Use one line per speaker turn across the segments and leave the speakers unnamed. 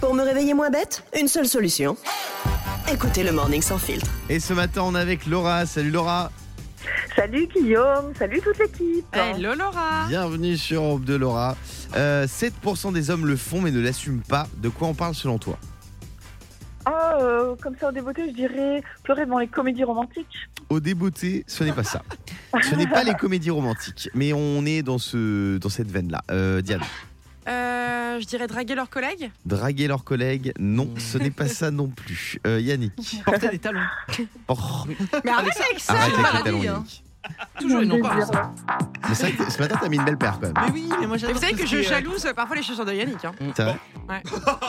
Pour me réveiller moins bête, une seule solution. Écoutez le Morning Sans Filtre.
Et ce matin, on est avec Laura. Salut Laura.
Salut Guillaume, salut toute l'équipe.
Hello Eh, Laura
Bienvenue sur Europe de Laura. Euh, 7% des hommes le font mais ne l'assument pas. De quoi on parle selon toi
Ah, euh, comme ça au débeauté, je dirais pleurer devant les comédies romantiques.
Au débeauté, ce n'est pas ça. Ce n'est pas les comédies romantiques, mais on est dans, ce, dans cette veine-là. Euh, Diane,
Euh, Je dirais draguer leurs collègues.
draguer leurs collègues, non, ce n'est pas ça non plus. Euh, Yannick,
Porter des talons.
Oh,
Mais arrête avec ça
arrête
je
avec
paradis,
les talons,
hein.
Yannick.
Toujours une embarrasse.
Mais c'est vrai que ce matin, t'as mis une belle paire quand même.
Mais oui, mais moi
Et
j'adore.
Vous savez
tout
que
ce
je
qui est-
jalouse euh, parfois les chaussures de Yannick. hein.
T'as-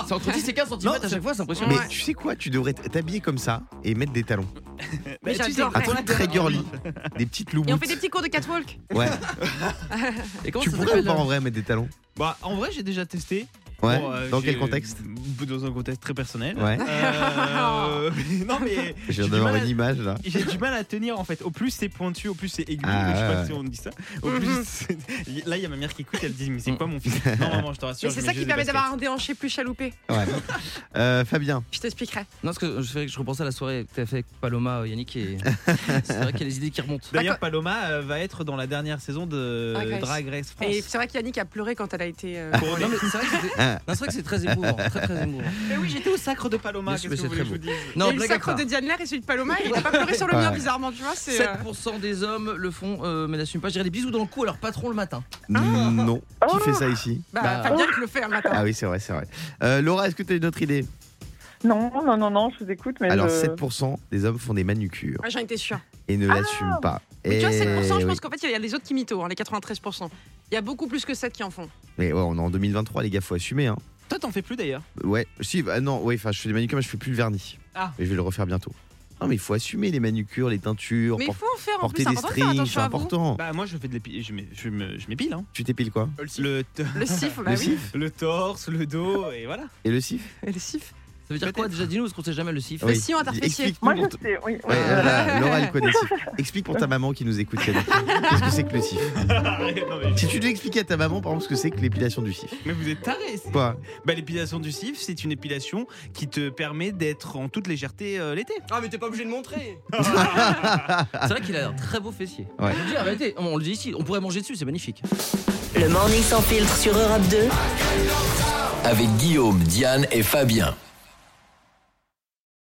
C'est entre 10 et 15 cm à chaque fois, c'est impressionnant.
Mais
Ouais.
tu sais quoi, tu devrais t'habiller comme ça et mettre des talons.
Mais
tu sais,
j'adore.
Un truc très girly, des petites loups.
Et on fait des petits cours de catwalk.
Ouais.
Et comment
Tu
ça
pourrais ou
s'appelle,
pas
euh
en vrai mettre des talons
Bah, en vrai, j'ai déjà testé.
Ouais.
Bon, euh,
Dans
j'ai-
quel contexte
Dans un contexte très personnel.
Ouais.
Euh, non, mais.
Je
j'ai
viens
du
d'avoir
mal à-
une image là.
J'ai du mal à tenir en fait. Au plus c'est pointu, au plus c'est aigu.
Ah,
je sais
ouais.
pas si on dit ça. Au plus. c'est- Là, il y a ma mère qui écoute, elle dit Mais c'est quoi mon fils Non, maman, je te rassure.
Mais c'est
je
ça
mets
qui
juste
permet
des
d'avoir un déhanché plus chaloupé.
Ouais. Euh, Fabien,
Je t'expliquerai.
Non, parce que je, fais- je repensais à la soirée que t'as fait avec Paloma, euh, Yannick, et c'est vrai qu'il y a des idées qui remontent.
baskets. D'ailleurs, Paloma euh, va être dans la dernière saison de
Drag Race.
Drag Race
Ah,
France.
Et c'est vrai qu'Yannick a pleuré quand elle a été. euh,
Pour
Non, mais c'est vrai que c'était-
Ah.
non, c'est vrai que c'est très émouvant, très très émouvant.
Mais oui, j'étais au sacre de Paloma.
Mais
Qu'est-ce
c'est-
que
mais
vous
c'est
voulez que je vous dise
Il y
Non,
a eu le
blague à
sacre
part.
de Diane Lair et celui de Paloma, et il n'a pas pleuré sur le mien,
Ouais.
bizarrement, tu vois. C'est. euh,
7% des hommes le font, euh, mais n'assument pas. Je dirais des bisous dans le cou à leur patron le matin.
Ah.
non. Qui fait ça ici
Bah,
Bah,
Fabien qui le fait un matin.
Ah oui, c'est vrai, c'est vrai. Euh, Laura, est-ce que tu as une autre idée
Non, non, non, non, je vous écoute, mais
Alors,
je-
7% des hommes font des manucures
euh, Ah, J'en étais sûre.
et ne l'assument pas.
Mais tu vois,
Eh
7%,
oui.
je pense qu'en fait, il y a les autres qui mytho, hein, les 93%. Il y a beaucoup plus que 7 qui en font.
Mais ouais, on est en 2023, les gars, faut assumer. Hein.
Toi, t'en fais plus d'ailleurs.
Ouais, si, bah non, ouais, enfin, je fais des manucures, mais je fais plus le vernis.
Ah.
Et je vais le refaire bientôt. Non, mais il faut assumer les manucures, les teintures,
Mais il
por-
faut en faire en
porter
plus, c'est
des
important de faire
strings, c'est
attention à vous.
important.
Bah, moi, je fais de l'épi- je m'é- je me- je m'épile. Hein.
Tu t'épiles quoi
Le, t-
Le sif, bah
Le
oui.
sif
le torse, le dos, et voilà.
Et le sif
Le sif.
Ça veut dire quoi déjà Dis-nous, parce qu'on sait jamais le sif.
Le sillon interfécier.
Explique-nous
Moi,
pour
je
t-
sais, oui. oui.
Ouais, voilà, Laura, elle connaît le sif. Explique pour ta maman qui nous écoute, Yannick. Qu'est-ce que c'est que le sif
Non, mais,
Si tu devais expliquer à ta maman, par exemple, ce que c'est que l'épilation du sif.
mais vous êtes tarés. c'est-
Quoi
Bah, l'épilation du cif, c'est une épilation qui te permet d'être en toute légèreté euh, l'été.
Ah, mais t'es pas obligé de montrer C'est vrai qu'il a un très beau fessier.
Ouais.
Je veux dire, arrêtez, on le dit ici, on pourrait manger dessus, c'est magnifique.
Le Morning Sans Filtre sur Europe 2.
Avec Guillaume, Diane et Fabien.